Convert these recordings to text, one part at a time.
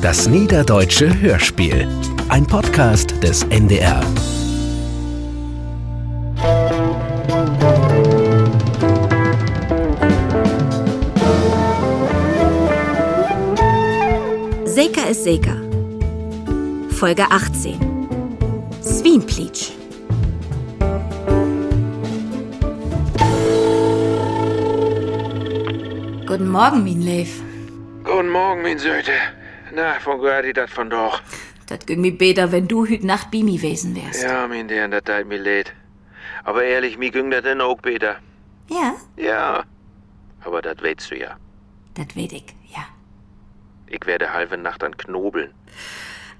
Das Niederdeutsche Hörspiel. Ein Podcast des NDR. Seika ist Seika. Folge 18. Swinpleach. Guten Morgen, Minleif. Guten Morgen, min Söte. Na, von Gördi dat von doch. Das ging mir besser, wenn du hüt Nacht bei mir gewesen wärst. Ja, min deren, dat teilt mir leid. Aber ehrlich, mi ging dat denn auch beter. Ja, Ja. Aber dat weißt du ja. das weet ich, ja. Ich werde halbe Nacht an Knobeln.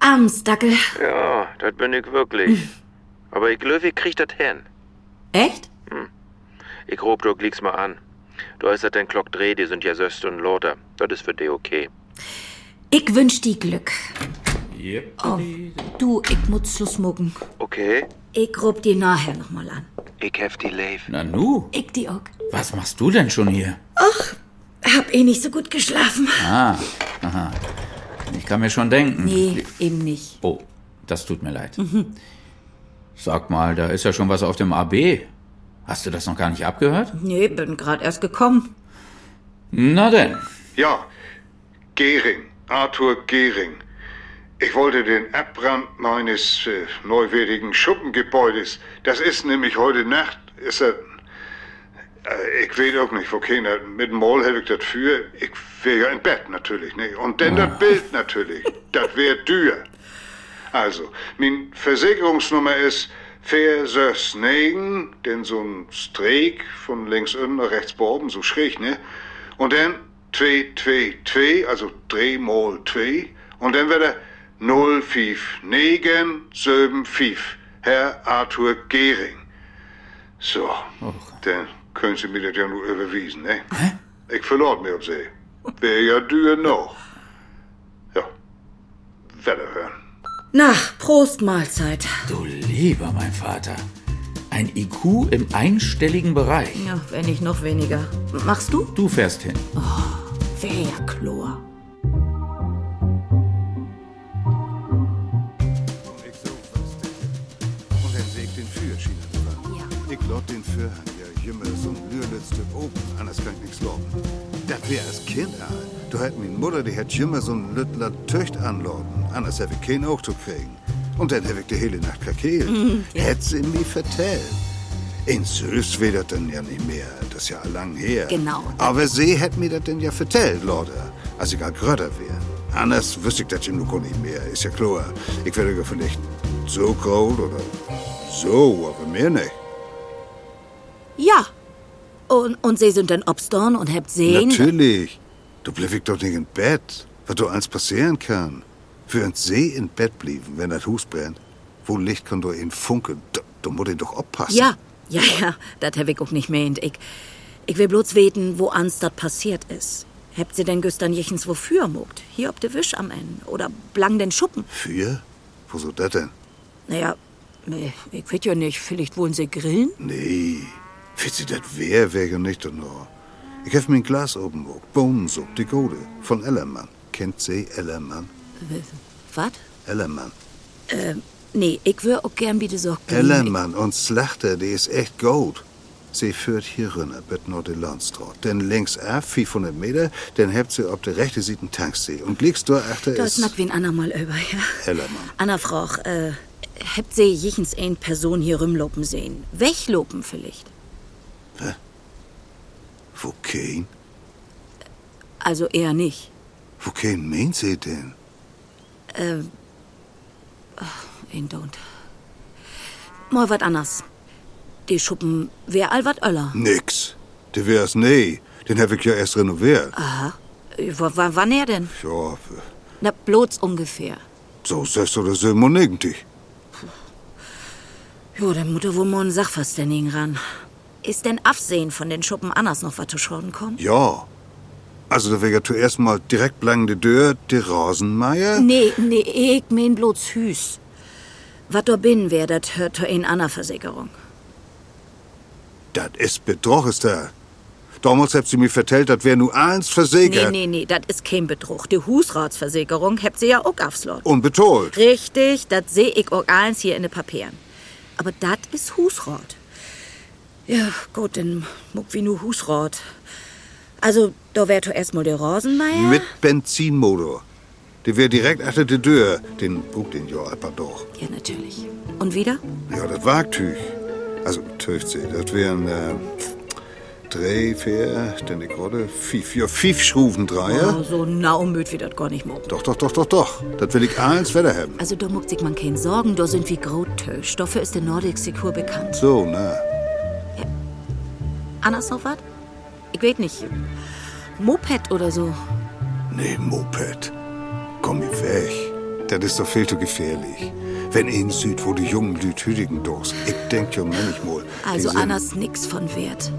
Abends, Dackel. Ja, dat bin ich wirklich. Aber ich löw, ich krieg dat hin. Echt? Ich rob doch lieg's mal an. Du hast dat den Glock dreh, die sind ja Söst und Lothar. Dat ist für die okay. Ich wünsch dir Glück. Yep. Oh, du, ich muss Schluss mucken. Okay? Ich rub dir nachher nochmal an. Ich hef die Leif. Nanu, Ich die auch. was machst du denn schon hier? Hab eh nicht so gut geschlafen. Ah, aha. Ich kann mir schon denken. Nee, eben nicht. Oh, das tut mir leid. Sag mal, da ist ja schon was auf dem AB. Hast du das noch gar nicht abgehört? Nee, bin grad erst gekommen. Na denn. Ja, Gehring, Arthur Gehring. Ich wollte den Abbrand meines äh, neuwertigen Schuppengebäudes. Das ist nämlich heute Nacht, ist er. Äh, ich weiß auch nicht, wo keiner. Mit dem Maul habe ich das für. Ich wäre ja im Bett natürlich, ne? Und dann das Bild natürlich. Das wäre dür. Also, mein Versicherungsnummer ist Versösnegen, denn so ein Streeck von links unten nach rechts oben, so schräg, ne? Und dann 2, 2, 2, also 3 mal 2. Und dann wird er 0, 5, 9, 7, 5. Herr Arthur Gehring. So, dann können Sie mir das ja nur überwiesen, ne? Ich verlor mir auf See. Wäre ja dür noch. Ja, werde hören. Na, Prost, Mahlzeit. Du lieber mein Vater. Ein IQ im einstelligen Bereich. Ja, wenn nicht noch weniger. Machst du? Du fährst hin. Wär ja Chlor. Ich so was Und dann sägt den Führerschein an. Ja. Ich lot den Führhang, ja, jümmer, so ein Lürlitz-Stück oben, anders kann ich nichts loben. Das wär als Kind, Aal. Du hätt min Mutter, die hätt jümmer so ein Lüttler Töcht anloben, anders hätt ich keinen auch zu kriegen. Und dann hätt ich die hele Nacht kakelt. Hätt sie mir vertellt. In Sülfs wär das denn ja nicht mehr, das ist ja lang her. Genau. Aber sie hätt mir das denn ja vertellt, Leute, als ich gar Grötter wär. Anders wüsste ich das im Lukon nicht mehr, ist ja klar. Ich werde ja vielleicht so groß oder so, aber mehr nicht. Ja. Und, und sie sind dann obstorn und habt sehen. Natürlich. Du bliebst doch nicht im Bett, was du eins passieren kann. Für uns See im Bett blieben, wenn das Hus brennt. Wo Licht kann durch ihn funkeln, du, du musst ihn doch abpassen. Ja, ja, ja, das hab ich auch nicht meint. Ich, ich will bloß weten, wo ans das passiert ist. Habt sie denn gestern jechens wofür mogt? Hier ob de Wisch am Ende oder blang den Schuppen? Für? Wo so das denn? Naja, nee, ich weet ja nicht, vielleicht wollen sie grillen? Nee, für sie das wär, wär ja nicht und noch. Ich hab mir ein Glas oben wo, Bohnensuppe, die Gode, von Ellermann. Kennt sie Ellermann? Was? Ellermann. Nee, ich will auch gern bitte so Ellermann und Slachter, die ist echt gut. Sie führt hier rüber, bet nur die Landstraat. Denn links ab, 500 Meter, dann habt sie auf der rechten Seite einen Tanksee. Und links durch achter Das ist schnack wie ein andermal über, ja. Ellermann. Anna Frauch, äh, habt sie jechens ein Person hier rumlopen sehen? Weglopen vielleicht? Wo kein? Also eher nicht. Wo kein meint sie denn? Ein don't. Mal wat anders. Die Schuppen wär all wat öller. Nix. Die wär's nee. Den hab ich ja erst renoviert. W wann er denn? Ja, Na, bloß ungefähr. so sest oder so man irgendwie. Jo, dann muss er wohl mal einen Sachverständigen ran. Ist denn Absehen von den Schuppen anders noch wat zu schaden kommt? Ja. Also da wär ja zuerst mal direkt blank die Tür, die Rasenmeier. Nee, nee, ich mein bloß Hüs. Wat do bin wär, dat hört to in Anna Versicherung. Das ist Betrug, ist da. Damals habt sie mir vertellt, dat wär nu eins versichert Nee, nee, nee, das ist kein Betrug. Die Husratsversicherung hebt sie ja auch aufs Lot. und betont. Richtig, das sehe ich auch alles hier in den Papieren. Aber das ist Husrat. Ja, gut, dann muck wie nur Husrat. Also, da wär doch erstmal der Rosenmeier. Mit Benzinmotor. Der wär direkt achter die Tür. Den bug den ja einfach doch. Ja, natürlich. Und wieder? Ja, das Wagtüch. Also, Tüchze, das wären äh, drei, vier, denn die Grotte, fünf, ja, fünf Schruven, drei. Ja, Oh, so naumüd wie das gar nicht mag. Doch, doch, doch, doch, doch. Das will ich eins Wetter haben. Also, da muckt sich man keine Sorgen, da sind wir grottösch. Dafür ist der Nordic Secure bekannt. So, na. Anders noch was? Ich weet nicht. Moped oder so. Nee, Moped. Komm mir weg. Das ist doch viel zu gefährlich. Wenn in Süd, wo die jungen Lüt hüdigen durchs. Ich denk ja manchmal. die Also, sind- anders nix von Wert.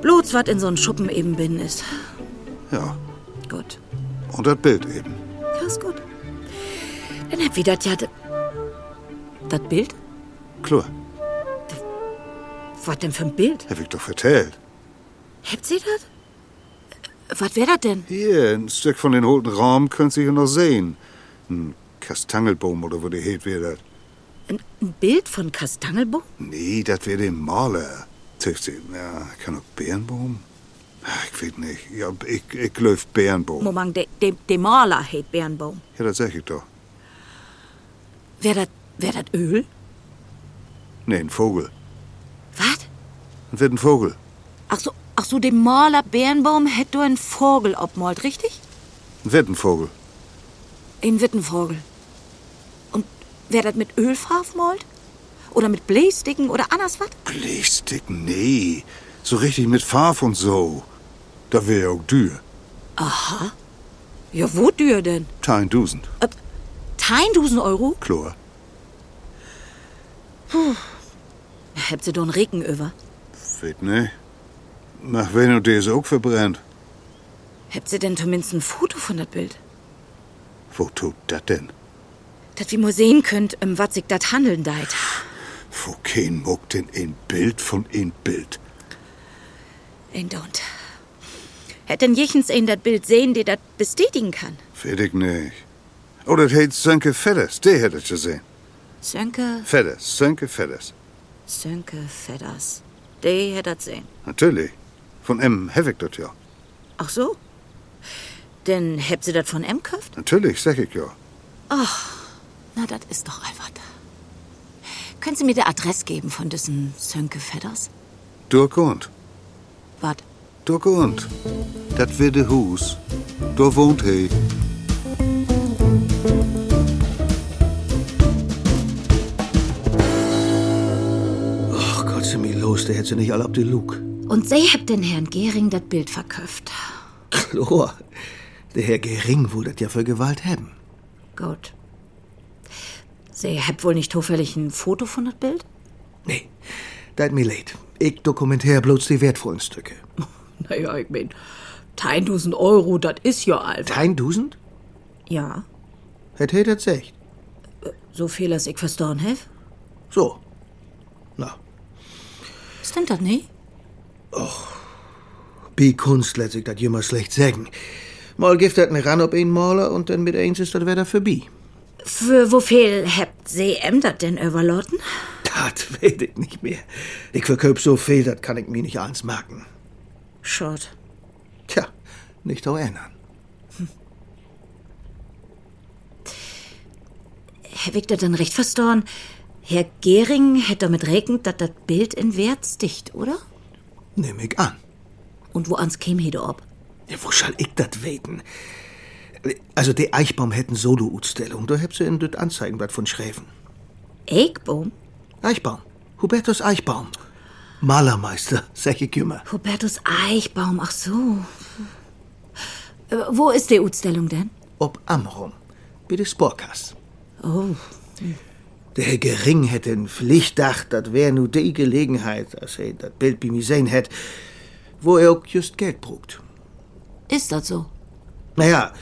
Bloß, was in so einem Schuppen eben bin, ist. Ja, Gut. und das Bild eben. Ja, ist gut. Dann hab ich das ja. Das Bild? Klar, Was denn für ein Bild? hab ich doch vertellt. Habt ihr das? Was wär das denn? Hier, ein Stück von den holten Raum könnt ihr hier noch sehen. Ein Kastangelbaum oder wo der heet wär das. Ein, ein Bild von Kastangelbaum? Nee, das wär der Maler. Sagt sie, ja, kann auch Bärenbaum? Ach, Ich weiß nicht. Ja, ich, ich läuf Bärenbaum. Moment, der de, de Maler hat Bärenbaum. Ja, das sag ich doch. Wär das wär dat Öl? Nee, ein Vogel. Was? Das wird ein Vogel. Ach so, ach so, dem Maler Bärenbaum hätt du einen Vogel obmalt, richtig? Ein Wettenvogel. Ein Wittenvogel. Und wär das mit Ölfarb malt? Oder mit Blästicken oder anders was? Plastik, nee. So richtig mit Farb und so. Da wär ja auch Dür. Ja, wo dür denn? Tein Dusend. Äh, Teindusen Euro? Chlor. Habt ihr doch einen Regen über? Weiß nicht. Nach ne? wenn du der ist auch verbrennt. Habt ihr denn zumindest ein Foto von das Bild? Wo tut das denn? dass wir mal sehen könnt, um was sich das handeln deit. Wo kein Muck denn ein Bild von ein Bild? Ein Don't. Hätt denn jechens ein das Bild sehen, der das bestätigen kann? Fertig nicht. Oh, das heißt Sönke Fedders. Der hätte ich gesehen. Sönke, Fedders, Sönke Fedders. Sönke Fedders. Der hätt das sehen. Natürlich. Von M. Hevig das ja. Ach so? Denn habt sie das von M köft? Natürlich, sag ich ja. Na, das ist doch einfach. Können Sie mir die Adresse geben von dessen Sönke Fedders? Durke und. Wart. Durke und. Das wird de Hus. Da wohnt he. Ach Gott, sie mir los, der hätte sie nicht alle ab die Lug. Und sie habt den Herrn Gehring das Bild verköpft. Chlor. Der Herr Gering wurde das ja für Gewalt haben. Gut. Sie habt wohl nicht zufällig ein Foto von das Bild? Nee, dat mir leid. Ich dokumentiere bloß die wertvollen Stücke. Naja, ich mein, 1000 Euro, das ist ja alt. Tein Dusend? Ja, Hätt er das echt. so viel, als ich verstorben hef. So. Na, Stimmt das nicht? bi Kunst lässt sich dat jemmer schlecht sagen. Mal gibt dat ne ran ob ein Maler und dann mit eins ist dat wieder vorbei. Für wofür habt sie em dat denn überloten? Dat weet ich nicht mehr. Ich verköp so viel, dat kann ich mir nicht eins merken. Schott. Tja, nicht auch ändern. Herr Victor denn recht verstorben? Herr Gehring hätt damit regnet, dat dat Bild in Wert sticht, oder? Nimm ich an. Und wo ans käm he ob? Ja, wo soll ich das weten? Also, der Eichbaum hätten Solo-Utstellung. Da hätt sie in das Anzeigenblatt von Schräven. Eggbaum? Eichbaum. Hubertus Eichbaum. Malermeister, sag ich immer. Hubertus Eichbaum, ach so. Äh, Wo ist die Utstellung denn? Ob Amrum. Bitte Sporkas. Oh, Der Herr Gering hätte in Pflicht dacht, das wär nu die Gelegenheit, als er das Bild bei mir sehen hätt, wo er auch just Geld brugt. Ist das so? Naja,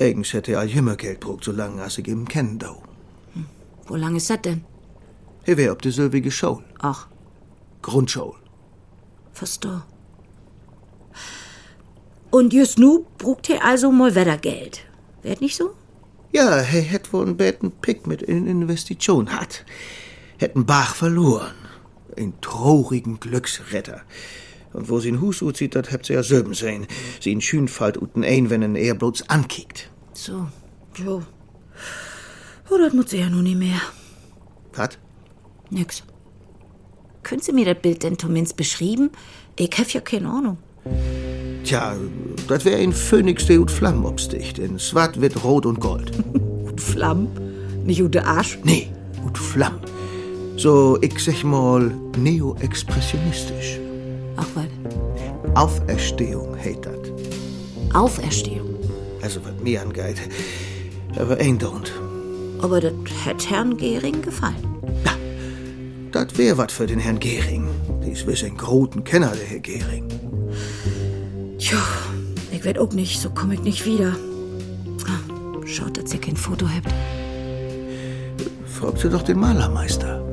eigens hätte er all immer Geld brugt, solange als ich ihn kennen do. Wo lang ist das denn? Er wär ob de silbige Schoul. ach, Grundschoul. verstor. Und just nu brugt he also mal wieder Geld. Werd nicht so? Ja, er hätt wohl einen betten Pick mit in Investition hat. Hätten Bach verloren. Einen traurigen Glücksretter. Und wo sie in Hus zieht, das habt sie ja selben sehen. Sie in Schönfalt unten ein, wenn ihn er bloß ankickt. So, jo. Oh, das muss sie ja nun nicht mehr. Pat? Nix. Können Sie mir das Bild denn zumindest beschrieben? Ich hab ja keine Ahnung. Tja, das wär ein Phönix, der ut Flammen obsticht. In Swart wird rot und gold. Und Flamm? Nicht und der Arsch? Nee, ut Flamm. So, ich sag mal, neo-expressionistisch. Ach was. Auferstehung heet dat. Auferstehung. Also, was mir angeht. Aber ein don't. Aber das hätt Herrn Gehring gefallen. Ja, das wär wat für den Herrn Gehring. Dies wiss ein groten Kenner, der Herr Gehring. Tja, ich werd auch nicht, so komm ich nicht wieder. Ah, Schaut, dass ihr kein Foto habt. Fragt ihr doch den Malermeister.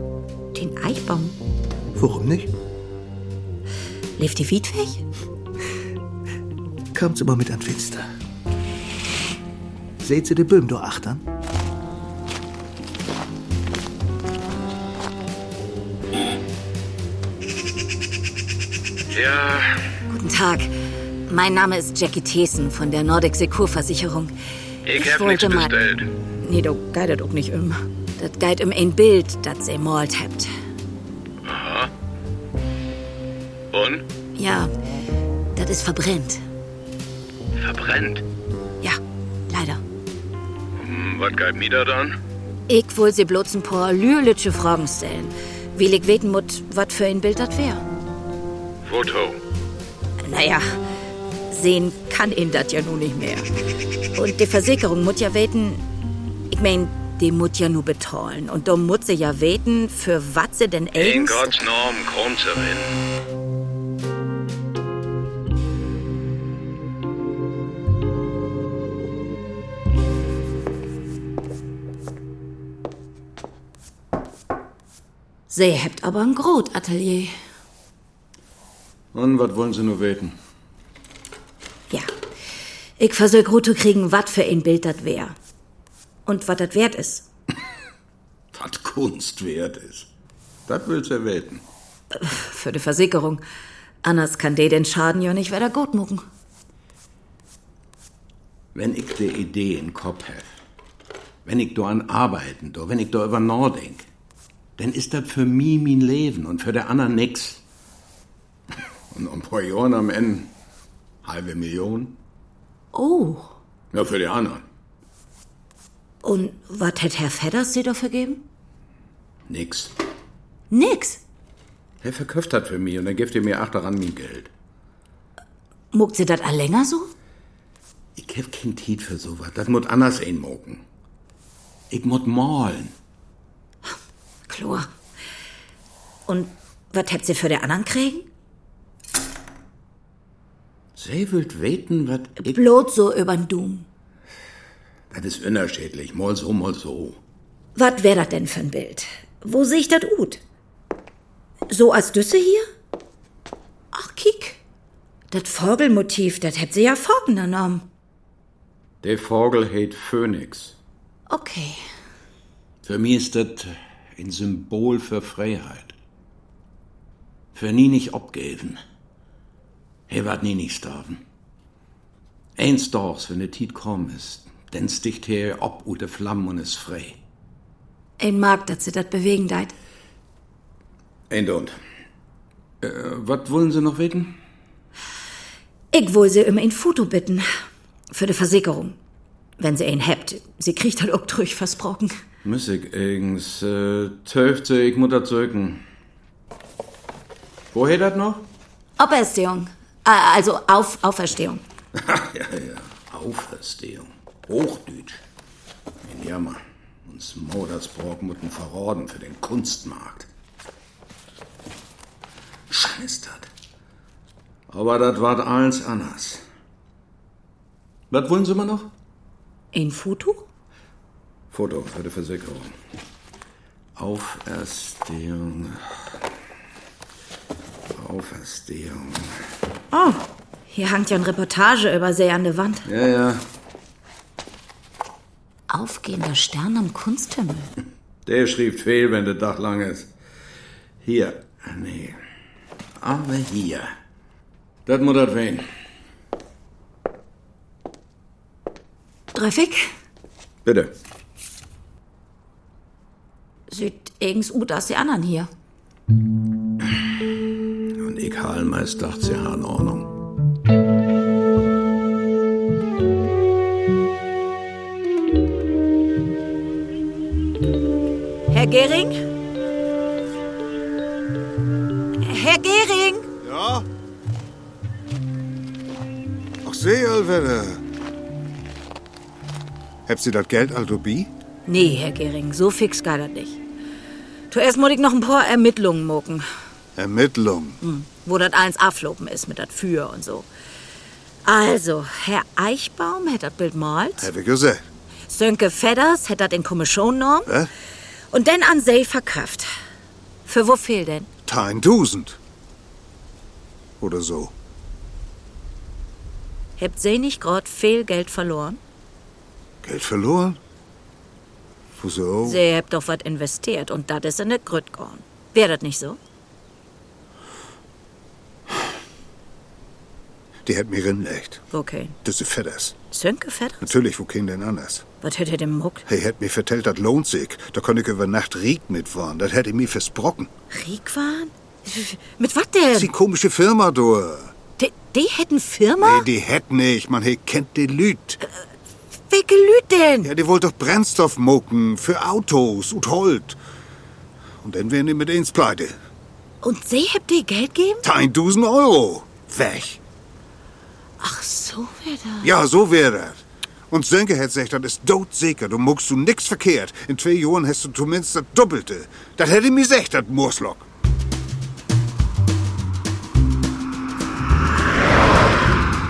Den Eichbaum. Warum nicht? Lebt ihr weit weg? Kamt's immer mit an Finster. Seht ihr den Böhm do achtern? Ja, Guten Tag. Mein Name ist Jackie Thesen von der Nordic Securversicherung. ich, hab nichts bestellt. Nee, du geidet auch nicht um. Das geidet um ein Bild, das ihr malt habt. Und? Ja, das ist verbrennt. Verbrennt. Ja, leider. Hm, was gab mir da dann? Ich wollte sie bloß ein paar lürlitsche Fragen stellen. Will ich weten mut, was für ein Bild das wär? Foto. Naja, sehen kann ihn das ja nun nicht mehr. Und die Versicherung muss ja weten, ich mein, die muss ja nur betollen. Und da muss sie ja weten, für was sie denn In eigens... Gottes Namen, Grundserin. Sie habt aber ein Grotatelier. Und was wollen Sie nur weten? Ja. Ich versuch rot zu kriegen, wat für ein Bild dat wär. Und wat dat wert ist. Was Kunst wert ist. Das willst du weten. Für die Versicherung. Anders kann de den Schaden ja nicht wieder gut mucken. Wenn ich die Idee in Kopf habe, wenn ich da an arbeiten do, wenn ich da über nachdenk, dann ist das für mich mein Leben und für der anderen nix. Und um paar Jahren am Ende halbe Million? Oh. Ja, für die anderen. Und wat hätt Herr Fedders sie dafür geben? Nix. Nix. Er verkauft hat für mich und dann gibt er mir achter an mein Geld. Muckt sie dat all länger so? Ich hab kein Tiet für sowas. Das muss anders einmoken. Ich muss malen. Chlor. Und wat hätt sie für die anderen kriegen? Sie wollt weten, was ich... Blot so übern Doom. Das ist unerschädlich. Mal so, mal so. Wat wär dat denn für ein Bild? Wo seh ich dat ut? So als Düsse hier? Ach, kick. Dat Vogelmotiv, dat hätt sie ja Falkner genommen. Der Vogel heet Phönix. Okay. Für mich ist das ein Symbol für Freiheit. Für nie nicht abgeben. Er wird nie nicht sterben. Eins Tages, wenn der Tiet kommen ist, dann sticht er ab oder Flammen und ist frei. Ein mag, dat sie dat bewegen deit. End und. Äh, was wollen Sie noch weten? Ich wohl sie immer ein Foto bitten. Für die Versicherung. Wenn sie ein hebt. Sie kriegt halt auch durch versprochen. Muss ich irgends, äh, Töfte, ich muss das zöcken. Woher das noch? Auferstehung. Ah, Also auf Auferstehung. ja, ja, Auferstehung. Hochdeutsch. Ein Jammer. Uns Modersborg mutten verraten für den Kunstmarkt. Scheiß dat. Aber das ward alles anders. Was wollen Sie mal noch? Ein Foto? Foto für die Versicherung. Auferstehung. Auferstehung. Oh, Hier hangt ja eine Reportage über See an der Wand. Ja, ja. Aufgehender Stern am Kunsthimmel. Der schrieb fehl, wenn der Dach lang ist. Hier. Nee. Aber hier. Das muss das wen. Treffig? Bitte. Sieht irgends gut aus die anderen hier. Und ich hal meist dacht sie in Ordnung. Herr Gehring? Herr Gehring! Ja? Ach, Seealwelle. Habt Sie das Geld also bi? Nee, Herr Gehring, so fix geht das nicht. Zuerst muss ich noch ein paar Ermittlungen mucken, Ermittlung. wo das eins abfloppen ist mit dat Für und so. Also, Herr Eichbaum hat das Bild malt, Hab ich gesagt. Sönke Fedders hat das in Kommission genommen Hä? und dann an See verkauft. Für wo fehlt denn? 1000. Oder so. Habt See nicht grad viel Geld verloren? Geld verloren? Wieso? Sie habt doch was investiert und das ist in der Grütkorn. Wär das nicht so? Die hat mir rinlegt. Okay. Das ist Fedders. Sönke Fedders? Natürlich, wo käme denn anders? Was hätt er dem Muck? Hey, hätt mir vertellt, das lohnt sich. Da konnte ich über Nacht Rieg mitfahren. Das hätte mir versprochen. Riegwan? Mit was denn? Die komische Firma, du. die, die hätten Firma? Nee, die hätt nicht. Man, hey, kennt die Lüt. Wer gelüht denn? Ja, die wollt doch Brennstoff mucken für Autos und Holt. Und dann wären die mit ins Pleite. Und sie habt ihr Geld gegeben? 1000 Euro. Weg. Ach so, wer da? Ja, so wär das. Und Sönke hätt sich, das ist todsicher. Du muckst du nix verkehrt. In zwei Jahren hast du zumindest das Doppelte. Das hätte mir gesagt, das Murslock.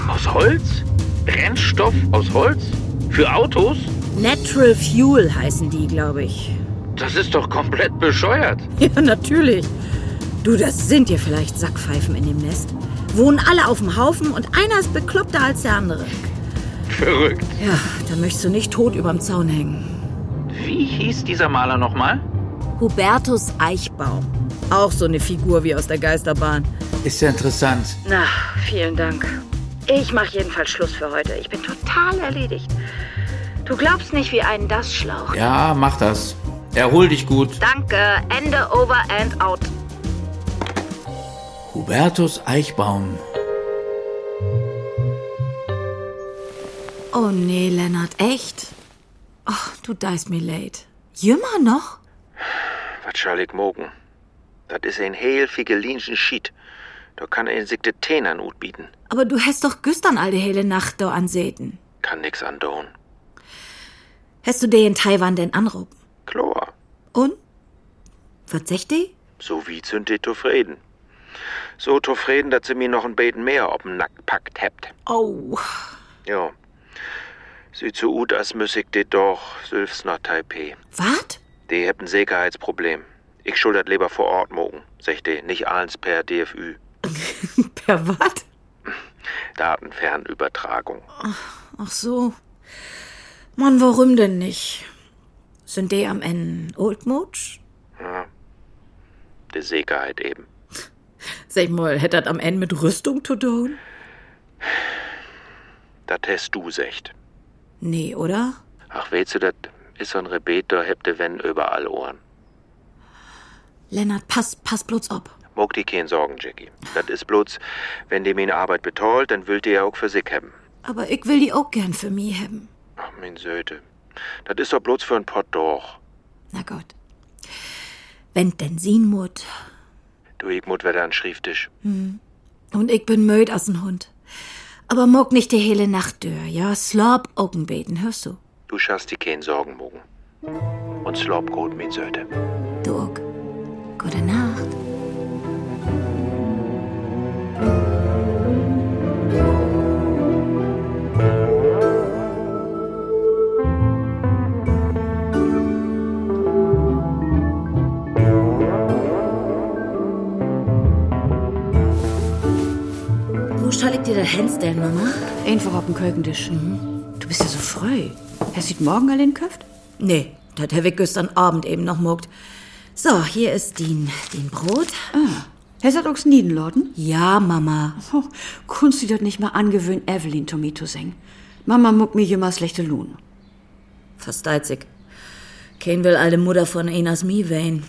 Aus Holz? Brennstoff aus Holz? Für Autos? Natural Fuel heißen die, glaube ich. Das ist doch komplett bescheuert. Ja, natürlich. Du, das sind ja vielleicht Sackpfeifen in dem Nest. Wohnen alle auf dem Haufen und einer ist bekloppter als der andere. Verrückt. Ja, da möchtest du nicht tot überm Zaun hängen. Wie hieß dieser Maler nochmal? Hubertus Eichbaum. Auch so eine Figur wie aus der Geisterbahn. Ist ja interessant. Na, vielen Dank. Ich mache jedenfalls Schluss für heute. Ich bin total erledigt. Du glaubst nicht, wie einen das schlaucht. Ja, mach das. Erhol dich gut. Danke. Ende, over and out. Hubertus Eichbaum. Oh nee, Lennart, echt? Ach, du deist mir leid. Jümmer noch? Was soll ich mogen? Das ist ein heel figelinschen Schied. Da kann ein sich de Tänern gut bieten. Aber du hast doch gestern all die hele Nacht da ansäten. Kann nix andauern. Hast du dir in Taiwan denn anrufen? Chlor. Und? Was sagt die? So wie sind die zufrieden. So zufrieden, dass sie mir noch ein Beten mehr ob'n Nack packt hebt. Oh, Ja. Sieht so gut, als müsse ich die doch, sülfs nach Taipei. wat? Die hebt ein Sicherheitsproblem. Ich schuldet lieber vor Ort mogen, sech die, nicht allens per DFÜ. Per wat? Datenfernübertragung. Ach so. Mann, warum denn nicht? Sind die am Ende Oldmutsch? Die Sicherheit eben. Sag mal, hätt das am Ende mit Rüstung zu tun? Das hast du secht. Nee, oder? Ach, weißt du, das ist so ein Rebet, da hebt de wenn überall Ohren. Lennart, pass, pass bloß ab. Mog die keinen Sorgen, Jackie. Das ist bloß, wenn die meine Arbeit betollt, dann will die ja auch für sich haben. Aber ich will die auch gern für mich haben. Ach, mein Söte. Das ist doch bloß für ein Pott doch. Na gut. Wenn denn sehen mut. Du, ich mut wieder an den Schrifttisch. Und ich bin müd aus dem Hund. Aber mog nicht die hele Nacht dür, ja? Slop Augenbeten, hörst du? Du schaffst die keinen Sorgen, Mogen. Und slob gut, mein Söte. Du auch. Gute Nacht. Wo soll ich dir wieder Hens denn, Mama? Einfach auf dem Kölkendisch. Du bist ja so frei. Hast du heute morgen allein geköpft? Nee, das hat Herr Wick gestern Abend eben noch muckt. So, hier ist den, den Brot. Hast du auch Ah. Niedenladen? Ja, Mama. Oh, kunst du das nicht mal angewöhnen, Evelyn Tommy zu singen? Mama muckt mir immer schlechte Lohn. Fast einzig. Kein will alle Mutter von Enas Mi wehen.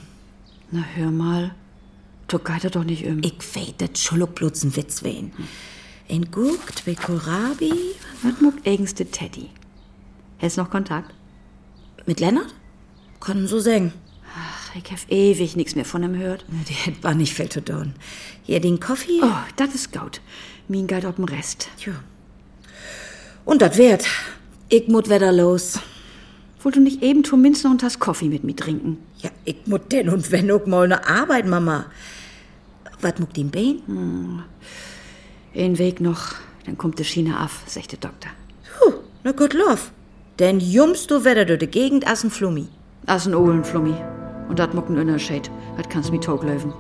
Na, hör mal. Du geiter doch nicht um. Ich weet, das Schuluckblutzen Witz wehen. Ein Gurkt, Kohlrabi. Was muckt eigenste Teddy? Hast noch Kontakt? Mit Lennart? Können so singen. Ach, ich hab ewig nichts mehr von ihm gehört. Die hätt war nicht viel zu tun. Hier den Kaffee. Oh, das ist gut. Min geht ob'm Rest. Tja. Und das wert. Ich mut wieder los. Wollt du nicht eben zumindest noch ein Tass Kaffee mit mir trinken? Ja, ich mut denn und wenn auch mal ne Arbeit, Mama. Was muckt den Bein? Ein Weg noch, dann kommt die Schiene af, sagt der Doktor. Puh, na gut lauf. Denn jummst du wieder durch die Gegend als ein Flummi. As ein Ohlenflummi. Und dat mucken Innerscheid. Dat kannst mi taug löwen.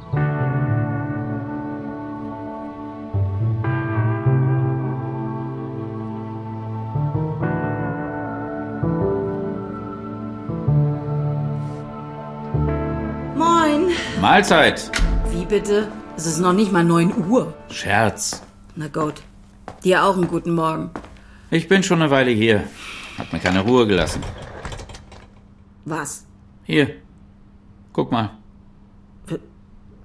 Moin. Mahlzeit! Wie bitte? Es ist noch nicht mal 9 Uhr. Scherz. Na gut. Dir auch einen guten Morgen. Ich bin schon eine Weile hier. Hat mir keine Ruhe gelassen. Was? Hier. Guck mal.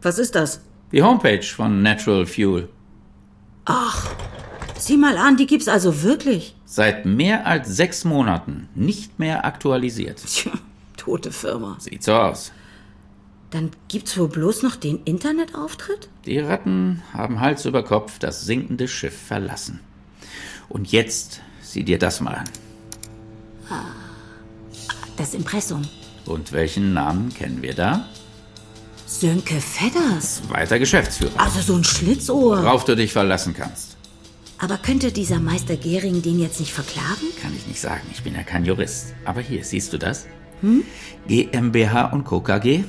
Was ist das? Die Homepage von Natural Fuel. Sieh mal an, die gibt's also wirklich. Seit mehr als sechs Monaten nicht mehr aktualisiert. Tja, tote Firma. Sieht so aus. Dann gibt's wohl bloß noch den Internetauftritt? Die Ratten haben Hals über Kopf das sinkende Schiff verlassen. Und jetzt sieh dir das mal an. Das Impressum. Und welchen Namen kennen wir da? Sönke Fedders. Weiter Geschäftsführer. Also so ein Schlitzohr. Worauf du dich verlassen kannst. Aber könnte dieser Meister Gehring den jetzt nicht verklagen? Kann ich nicht sagen, ich bin ja kein Jurist. Aber hier, siehst du das? GmbH und Co. KG?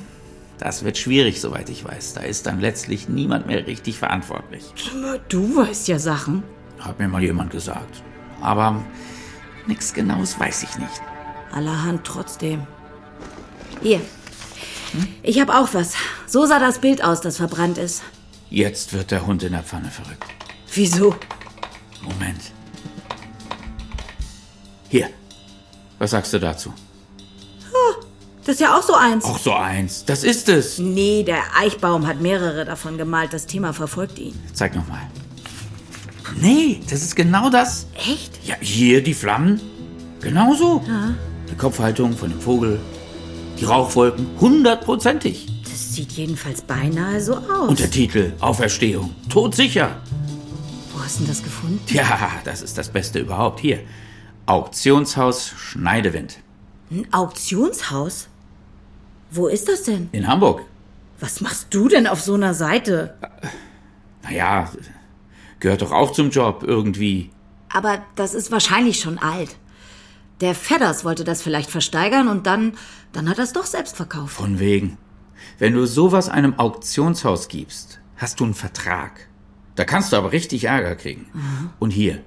Das wird schwierig, soweit ich weiß. Da ist dann letztlich niemand mehr richtig verantwortlich. Du weißt ja Sachen. Hat mir mal jemand gesagt. Aber nichts Genaues weiß ich nicht. Allerhand trotzdem. Hier. Ich hab auch was. So sah das Bild aus, das verbrannt ist. Jetzt wird der Hund in der Pfanne verrückt. Wieso? Moment. Hier. Was sagst du dazu? Das ist ja auch so eins. Auch so eins. Das ist es. Nee, der Eichbaum hat mehrere davon gemalt. Das Thema verfolgt ihn. Zeig nochmal. Nee, das ist genau das. Echt? Ja, hier die Flammen. Genauso. Die Kopfhaltung von dem Vogel. Die Rauchwolken. Hundertprozentig. Das sieht jedenfalls beinahe so aus. Und der Titel Auferstehung. Todsicher. Wo hast du denn das gefunden? Ja, das ist das Beste überhaupt. Hier. Auktionshaus Schneidewind. Ein Auktionshaus? Wo ist das denn? In Hamburg. Was machst du denn auf so einer Seite? Naja, gehört doch auch zum Job irgendwie. Aber das ist wahrscheinlich schon alt. Der Fedders wollte das vielleicht versteigern und dann, dann hat er es doch selbst verkauft. Von wegen. Wenn du sowas einem Auktionshaus gibst, hast du einen Vertrag. Da kannst du aber richtig Ärger kriegen. Und hier,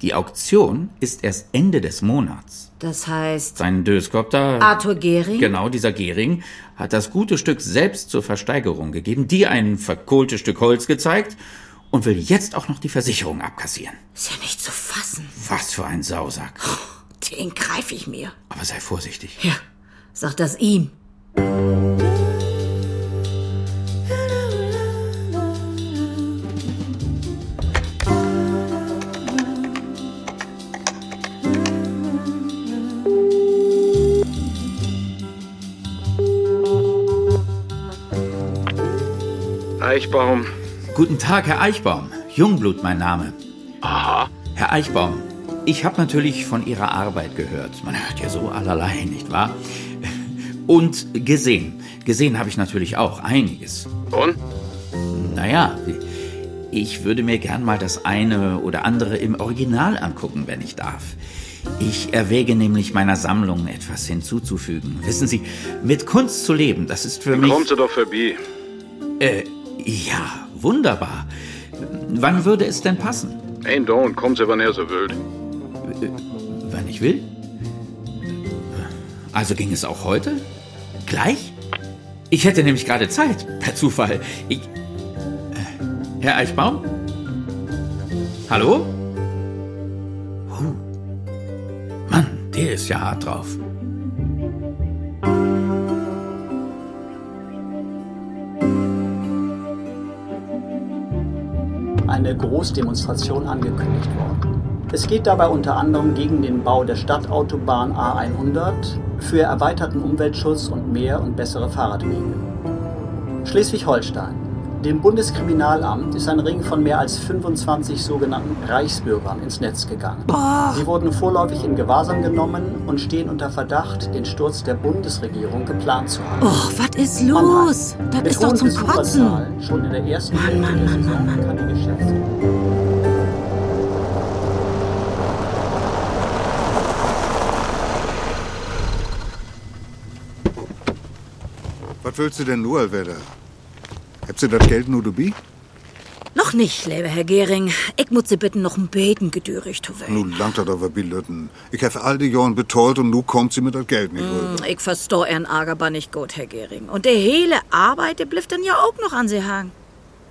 die Auktion ist erst Ende des Monats. Das heißt, Sein Döskopter, Arthur Gehring? genau dieser Gehring, hat das gute Stück selbst zur Versteigerung gegeben, dir ein verkohltes Stück Holz gezeigt und will jetzt auch noch die Versicherung abkassieren. Ist ja nicht zu fassen. Was für ein Sausack. Den greife ich mir. Aber sei vorsichtig. Ja, sag das ihm. Eichbaum. Guten Tag, Herr Eichbaum. Jungblut mein Name. Aha. Herr Eichbaum, ich habe natürlich von Ihrer Arbeit gehört. Man hört ja so allerlei, nicht wahr? Und gesehen. Gesehen habe ich natürlich auch einiges. Und? Naja, ich würde mir gern mal das eine oder andere im Original angucken, wenn ich darf. Ich erwäge nämlich meiner Sammlung etwas hinzuzufügen. Wissen Sie, mit Kunst zu leben, das ist für mich. Kommt sie doch vorbei. Ja, wunderbar. Wann würde es denn passen? Ein da und kommen Sie, wann er so will. Wann ich will? Also ging es auch heute? Gleich? Ich hätte nämlich gerade Zeit, per Zufall. Ich. Äh, Herr Eichbaum? Hallo? Huh. Mann, der ist ja hart drauf. eine Großdemonstration angekündigt worden. Es geht dabei unter anderem gegen den Bau der Stadtautobahn A100 für erweiterten Umweltschutz und mehr und bessere Fahrradwege. Schleswig-Holstein. Dem Bundeskriminalamt ist ein Ring von mehr als 25 sogenannten Reichsbürgern ins Netz gegangen. Sie wurden vorläufig in Gewahrsam genommen und stehen unter Verdacht, den Sturz der Bundesregierung geplant zu haben. Och, was ist los? Das Mit ist doch hohen zum Kotzen. Besucherzahlen Schon in der ersten Hälfte der Saison kann die Geschäfts- Was willst du denn nur, Alweda? Habt ihr das Geld nur dabei? Noch nicht, lieber Herr Gehring. Ich muss Sie bitten, noch ein Beten gedürig zu werden. Nu langt das aber Billetten. Ich habe all die Jahren betollt und nu kommt sie mit das Geld nicht rüber. Ich verstehe Ihren Ärger aber nicht gut, Herr Gehring. Und der hele Arbeit, der bleibt dann ja auch noch an Sie hang.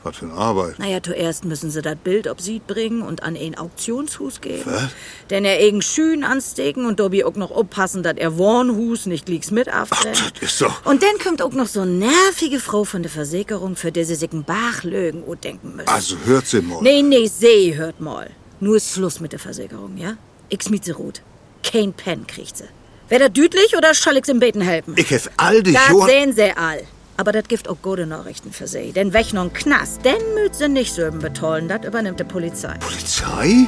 Was für eine Arbeit. Naja, zuerst müssen sie das Bild ob Sied bringen und an ein Auktionshus geben. Was? Denn er egen Schühen anstecken und dobi auch noch oppassen, dass er Warnhus nicht glicks mit Das afträgt. ist doch... Und dann kommt auch noch so nervige Frau von der Versicherung, für die sie sich einen Bachlögen denken müssen. Also hört sie mal. Nee, nee, seh, hört mal. Nur ist Schluss mit der Versicherung, ja? Ich smiet sie rot. Kein Pen kriegt sie. Wär das dütlich oder soll ich's im Beten helfen? Ich habe all die Das Jahren... sehen sie all. Aber das gibt auch gute Nachrichten für sie. Denn weg noch ein Knast, denn müd sie nicht Söben betollen. Das übernimmt die Polizei. Polizei?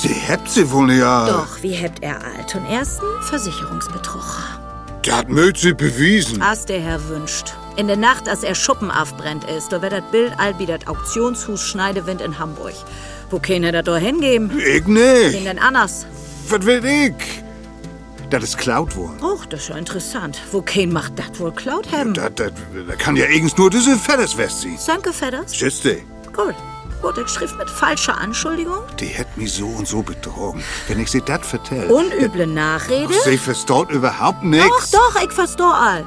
Sie habt sie wohl nicht all. Doch, wie hebt er all? Zum ersten Versicherungsbetrug. Das mögt sie bewiesen. As der Herr wünscht. In der Nacht, als er Schuppen aufbrennt ist, da wär das Bild all wie das Auktionshus Schneidewind in Hamburg. Wo keiner da da hingeben? Ich Wen nicht. denn anders? Was will ich? Das ist klaut worden. Och, das ist ja interessant. Wo kein macht das wohl Cloud haben? Das, das, das kann ja irgends nur diese Fetteswest sein. Danke, Fedders. Schätzt du? Cool. Gut, ich schrift mit falscher Anschuldigung. Die hätt mich so und so betrogen. Wenn ich sie das vertell. Unüble Nachrede. Sie verstaut überhaupt Doch, nichts. doch, ich versteh all.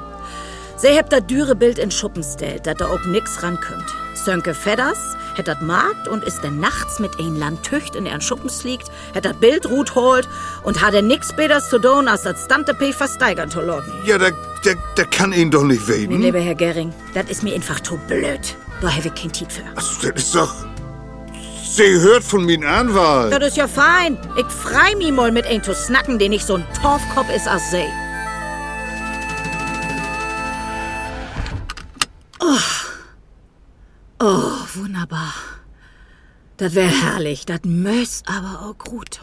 Sie hebt das dürre Bild in Schuppen stellt, dat da auch nix rankommt. Sönke Fedders hätt dat Markt und ist dann nachts mit ein Landtücht in ihren Schuppens liegt, hätt dat Bild ruht holt und hat er nix beders zu tun, als dat Stantepee versteigern zu locken. Ja, da, da, da kann ihn doch nicht Mein wehen. lieber Herr Gering, dat ist mir einfach zu blöd. Da habe ich kein Tiet für. Das ist doch... Sie hört von mir Anwalt. Das ist ja fein. Ich frei mich mal mit ein zu snacken, den ich so ein Torfkopf ist als See. Oh. oh, wunderbar. Das wär herrlich. Das müsst aber auch gut.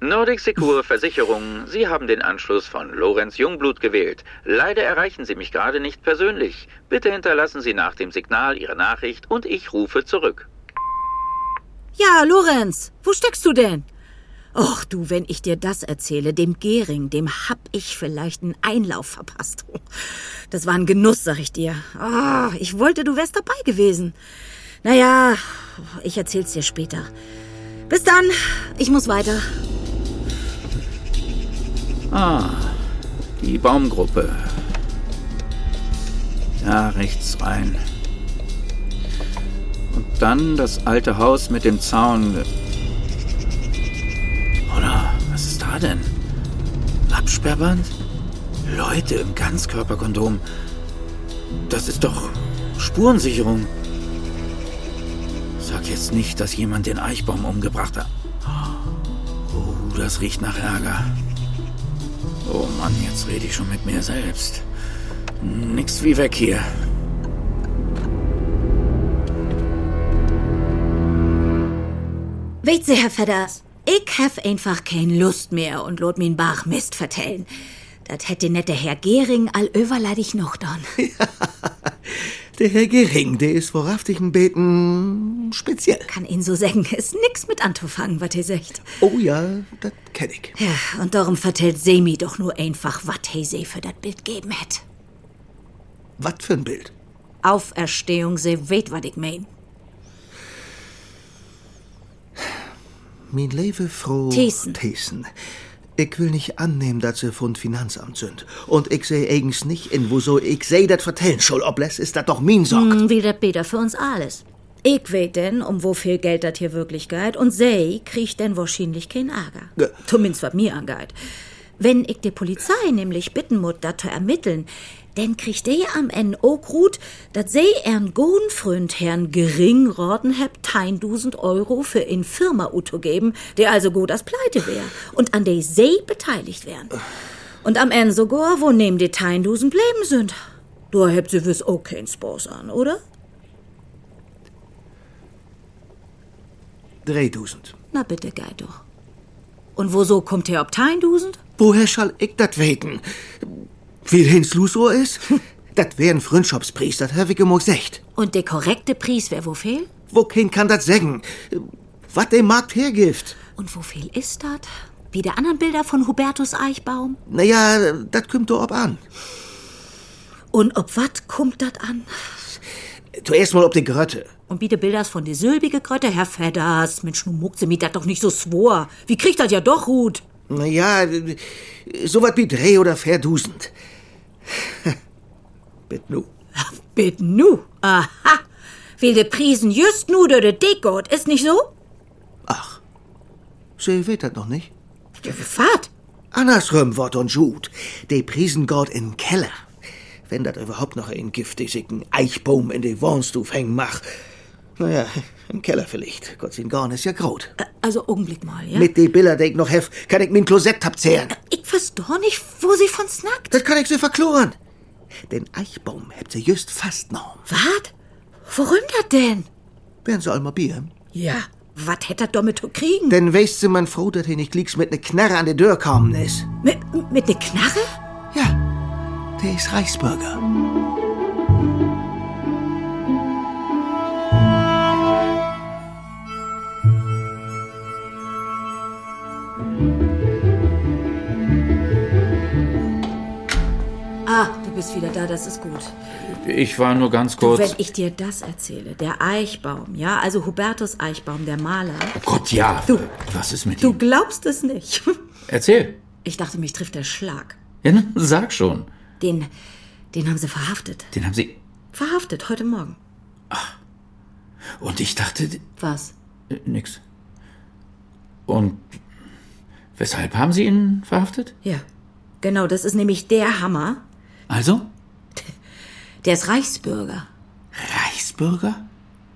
Nordic Secure Versicherung, Sie haben den Anschluss von Lorenz Jungblut gewählt. Leider erreichen Sie mich gerade nicht persönlich. Bitte hinterlassen Sie nach dem Signal Ihre Nachricht und ich rufe zurück. Ja, Lorenz, wo steckst du denn? Och du, wenn ich dir das erzähle, dem Gehring, dem hab ich vielleicht einen Einlauf verpasst. Das war ein Genuss, sag ich dir. Ah, ich wollte, du wärst dabei gewesen. Naja, ich erzähl's dir später. Bis dann, ich muss weiter. Die Baumgruppe. Ja, rechts rein. Und dann das alte Haus mit dem Zaun. Oder, was ist da denn? Absperrband? Leute im Ganzkörperkondom. Das ist doch Spurensicherung. Sag jetzt nicht, dass jemand den Eichbaum umgebracht hat. Oh, das riecht nach Ärger. Oh Mann, jetzt rede ich schon mit mir selbst. Nix wie weg hier. Weht Sie, Herr Fedders, ich hef einfach kein Lust mehr und lot min Bach Mist vertellen. Dat hätte nette Herr Gehring all überleidig noch dann. Der Herr Gering, der ist vor raftigen Beten speziell. Kann ihn so sagen, ist nix mit anzufangen, wat ihr sagt. Oh ja, das kenn ich. Ja, und darum vertellt Semi doch nur einfach, wat he se für dat Bild geben hätt. Was für ein Bild. Auferstehung, se weet, wat ich mein. Mein Leben Frau Thiessen. Thiessen. Ich will nicht annehmen, dass sie von Finanzamt sind. Und ich sehe eigens nicht in, wieso ich sehe das vertellen soll. Ob les ist das doch mein Sorg. Hm, Wie das Peter für uns alles. Ich weet denn, um wo viel Geld das hier wirklich geht, und sei kriegt denn wahrscheinlich kein Ärger. Ja. Zumindest was mir angeht. Wenn ich die Polizei nämlich bitten muss, dat zu ermitteln, denn kriegt die am Ende auch gut, dat sei ern Gohnfrönd Herrn Geringroden heb 1000 Euro für in Firma Uto geben, der also gut als pleite wär und an der See beteiligt wären. Und am Ende sogar, wo neben die 1000 bleiben sind. Da hebt sie wiss auch keinen Spaß an, oder? 3000. Na bitte, geh doch. Und wieso kommt der ob 1000? Woher soll ich das weten? Wie hins Lusor ist? das wären Freundschaftspreis, das hab ich immer gesagt. Und der korrekte Preis wär wo viel? Wo kein kann das sagen? Was der Markt hergibt? Und wo viel ist dat? Wie die anderen Bilder von Hubertus Eichbaum? Naja, das kommt doch ob an. Und ob wat kommt dat an? Zuerst mal ob die Grötte. Und wie die Bilder von der silbige Kröte, Herr Fedders. Mensch, nun muckt sie mir dat doch nicht so swor. Wie kriegt dat ja doch gut? Naja, so was wie drei oder verdusend. Bitte nu. Bitt nu. Aha. Will de Prisen just nu de de Dickgott, ist nicht so? Sie weht das noch nicht. Fahrt. Andersrum Wort und Jud. Die priesen Gott in den Keller. Wenn das überhaupt noch einen giftigen Eichbaum in die Wohnstuf hängen mach. Naja, im Keller vielleicht. Gott sein Gorn ist ja grot. Also, Augenblick mal, ja? Mit den Biller, die ich noch hef, kann ich mein Klosett abzehren. Ich versteh nicht, wo sie von snackt. Das kann ich sie verkloren. Den Eichbaum hebt sie just fast noch. Wat? Warum das denn? Wären sie einmal Bier? Ja, wat hätt dat damit zu kriegen? Denn weißt sie man froh, dass hier nicht liegst mit ne Knarre an die Tür kommen ist. mit, mit ne Knarre? Ja, der ist Reichsbürger. Ah, du bist wieder da, das ist gut. Ich war nur ganz Du, kurz. wenn ich dir das erzähle, der Eichbaum, ja, also Hubertus Eichbaum, der Maler, oh Gott, ja. Du- Was ist mit du ihm? glaubst es nicht. Erzähl. Ich dachte, mich trifft der Schlag. Ja, ne? sag schon. Den, den haben sie verhaftet. Den haben sie. Verhaftet, heute Morgen. Und ich dachte. Was? äh, Nix. Und. Weshalb haben sie ihn verhaftet? Ja, genau, das ist nämlich der Hammer. Also? Der ist Reichsbürger. Reichsbürger?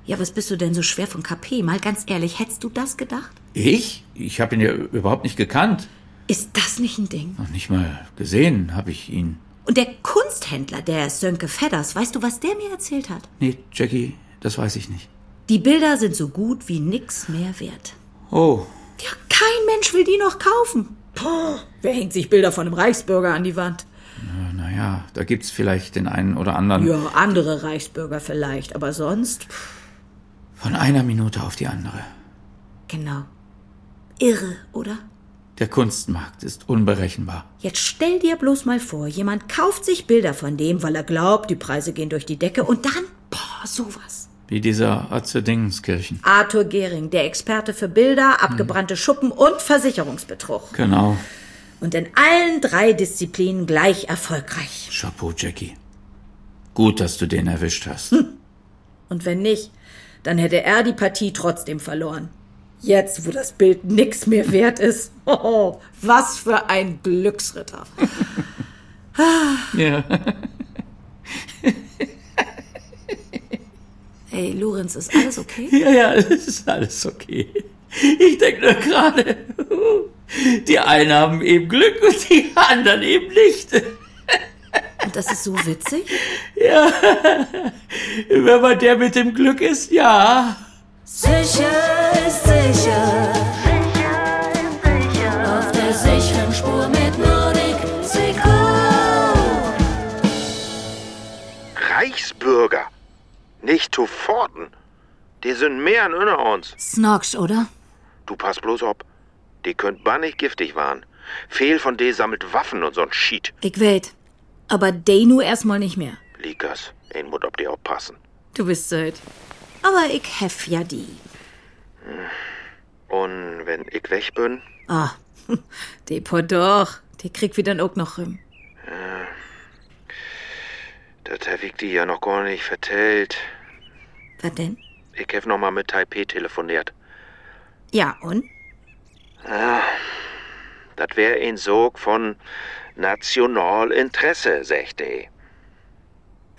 Ja, was bist du denn so schwer von KP? Mal ganz ehrlich, hättest du das gedacht? Ich? Ich habe ihn ja überhaupt nicht gekannt. Ist das nicht ein Ding? Noch nicht mal gesehen habe ich ihn. Und der Kunsthändler, der Sönke Fedders, weißt du, was der mir erzählt hat? Nee, Jackie, das weiß ich nicht. Die Bilder sind so gut wie nix mehr wert. Oh, Ja, kein Mensch will die noch kaufen. Puh, wer hängt sich Bilder von einem Reichsbürger an die Wand? naja, da gibt's vielleicht den einen oder anderen. Ja, andere Reichsbürger vielleicht, aber sonst? Pff, Von einer Minute auf die andere. Genau. Irre, oder? Der Kunstmarkt ist unberechenbar. Jetzt stell dir bloß mal vor, jemand kauft sich Bilder von dem, weil er glaubt, die Preise gehen durch die Decke und dann, boah, sowas. Wie dieser Atze Dingenskirchen. Arthur Gehring, der Experte für Bilder, abgebrannte Schuppen und Versicherungsbetrug. Genau. und in allen drei Disziplinen gleich erfolgreich. Chapeau, Jackie. Gut, dass du den erwischt hast. Und wenn nicht, dann hätte er die Partie trotzdem verloren. Jetzt, wo das Bild nix mehr wert ist. Oh, was für ein Glücksritter. Ja. Ey, Lorenz, ist alles okay? Ja, ja, es ist alles okay. Ich denke nur gerade, die einen haben eben Glück und die anderen eben nicht. Und das ist so witzig? Wenn man der mit dem Glück ist, ja. Reichsbürger. Nicht Tuforten. Die sind mehr an unter uns. Snorkst, oder? Du pass bloß ob. Die könnt bannig giftig waren. Fehl von D sammelt Waffen und so'n Schied. Ich weet. Aber Danu erstmal nicht mehr. Likas, ein Mut ob die auch passen. Du bist süd. Aber ich hef ja die. Und wenn ich weg bin, Ah, die Pot doch. Die kriegt wieder auch noch rum. das hab ich dir ja noch gar nicht vertellt. Was denn? Ich hab noch mal mit Taipei telefoniert. Ja, und? Das wär ein Sog von Nationalinteresse, sagt die.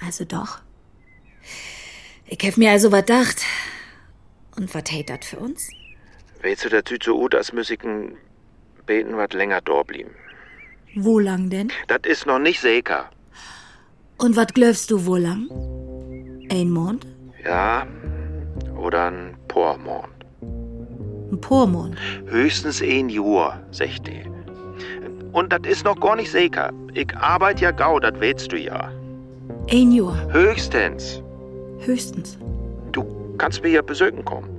Also doch. Ich hab mir also was gedacht. Und was hält das für uns? Weißt du, das sieht so gut, als müsse ich ein Beten was länger da blieben. Wo lang denn? Das ist noch nicht sicher. Und was glaubst du, wo lang? Ein Mond? Ja, oder ein Pormond. Ein Pormond? Höchstens ein Jahr, sagt die. Und das ist noch gar nicht sicher. Ich arbeite ja gau, das weißt du ja. Ein Jahr, Höchstens. höchstens. Du kannst mir ja besögen kommen.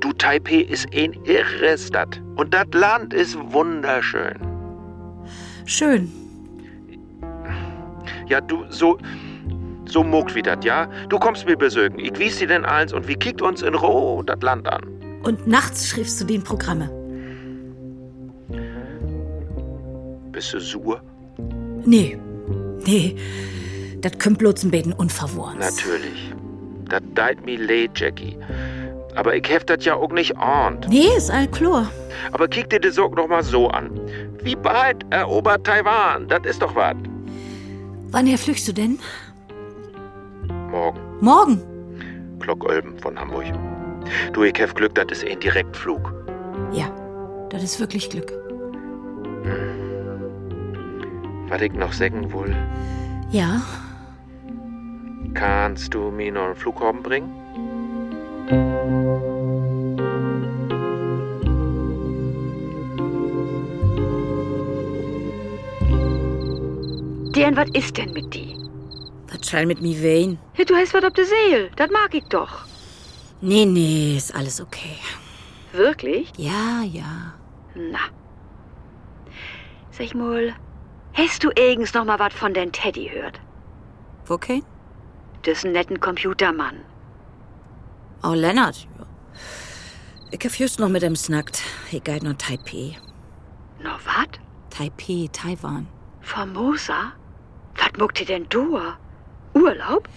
Du, Taipei ist ein irres Stadt. Und das Land ist wunderschön. Schön. Ja, du, so. So mogt wie das, ja? Du kommst mir besögen. Ich wies dir denn eins und wir kickt uns in Roh das Land an. Und nachts schriftst du den Programme. Bist du sur? Nee, nee. Das kommt bloß ein Beten unverworren. Natürlich. Das deit mi leid, Jackie. Aber ich heft das ja auch nicht ahnt. Nee, ist all klar. Aber kick dir das auch noch mal so an. Wie bald erobert Taiwan? Das ist doch was. Wann her flüchst du denn? Morgen, Morgen. Glockölben von Hamburg. Du, ich hef Glück, das ist ein Direktflug. Ja, das ist wirklich Glück. Was ich noch sagen will, Ja, kannst du mir noch einen Flughafen bringen? Deren, was ist denn mit die? Was schall mit mir wehen? Ja, Du hast was auf der Seele, das mag ich doch. Nee, nee, ist alles okay. Wirklich? Ja, ja. Na. Sag mal, hast du eigens noch mal was von den Teddy gehört? Okay. Des netten Computermann. Oh, Lennart. ja. Ich hab just noch mit ihm snackt. Ich geh noch Taipei. No wat? Taipei, Taiwan. Formosa? Was muckt ihr denn du? Urlaub?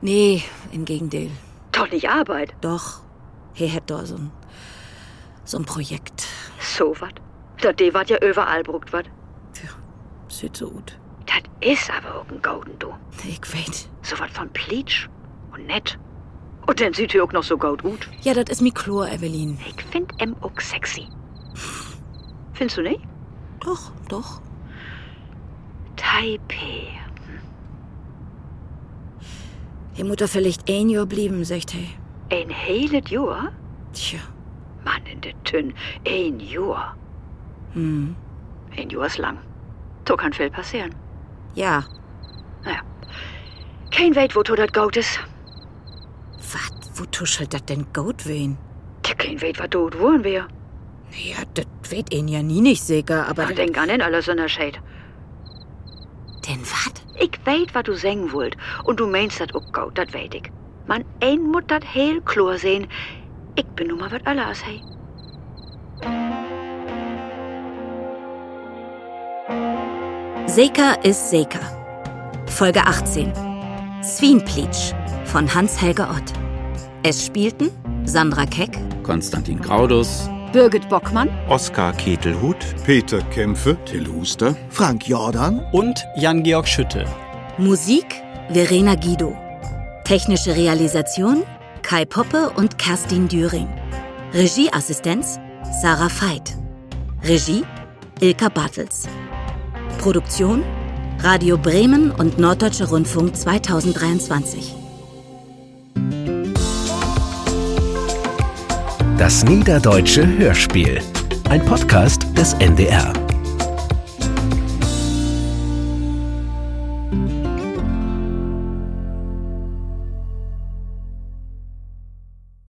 Nee, im Gegenteil. Doch nicht Arbeit. Doch, er hat da so ein, so ein Projekt. So wat? Da de wat ja überall bruckt wat. Tja, sieht so gut. Das ist aber auch ein Golden, du. Ich weiß. So wat von Pleatsch und nett. Und dann sieht ihr auch noch so gut gut. Ja, das ist mi Chlor, Evelyn. Ich find em auch sexy. Findest du nicht? Doch, doch. Taipei. Die Mutter vielleicht ein Jahr blieben, sagt er. Ein heilet Jahr? Tja, Mann in de Tünn. Ein Jahr. hm. Ein Jahr ist lang. So kann viel passieren. Ja, Naja. Kein Weit, wo du dat gaut ist. wat, wo tuschelt das denn gut wen? Tja, Kein Weit, wat du wohnen wir. Ja, das weht ihn ja nie nicht sicher, aber... Ach, denk an den aller Sönderscheid. Denn wat? Ich weet, wat du singen wollt. Und du meinst dat auch gaut, dat weet ich. Man, ein mut dat heel klor sehen. Ich bin nun mal wat aller als hey. Seka ist Seka. Folge 18. Swinpleach von Hans-Helge Ott. Es spielten Sandra Keck, Konstantin Graudus, Birgit Bockmann, Oskar Ketelhut, Peter Kämpfe, Till Huster, Frank Jordan, Und Jan-Georg Schütte. Musik Verena Guido. Technische Realisation Kai Poppe und Kerstin Düring. Regieassistenz Sarah Veit. Regie Ilka Bartels. Produktion Radio Bremen und Norddeutscher Rundfunk 2023. Das Niederdeutsche Hörspiel. Ein Podcast des NDR.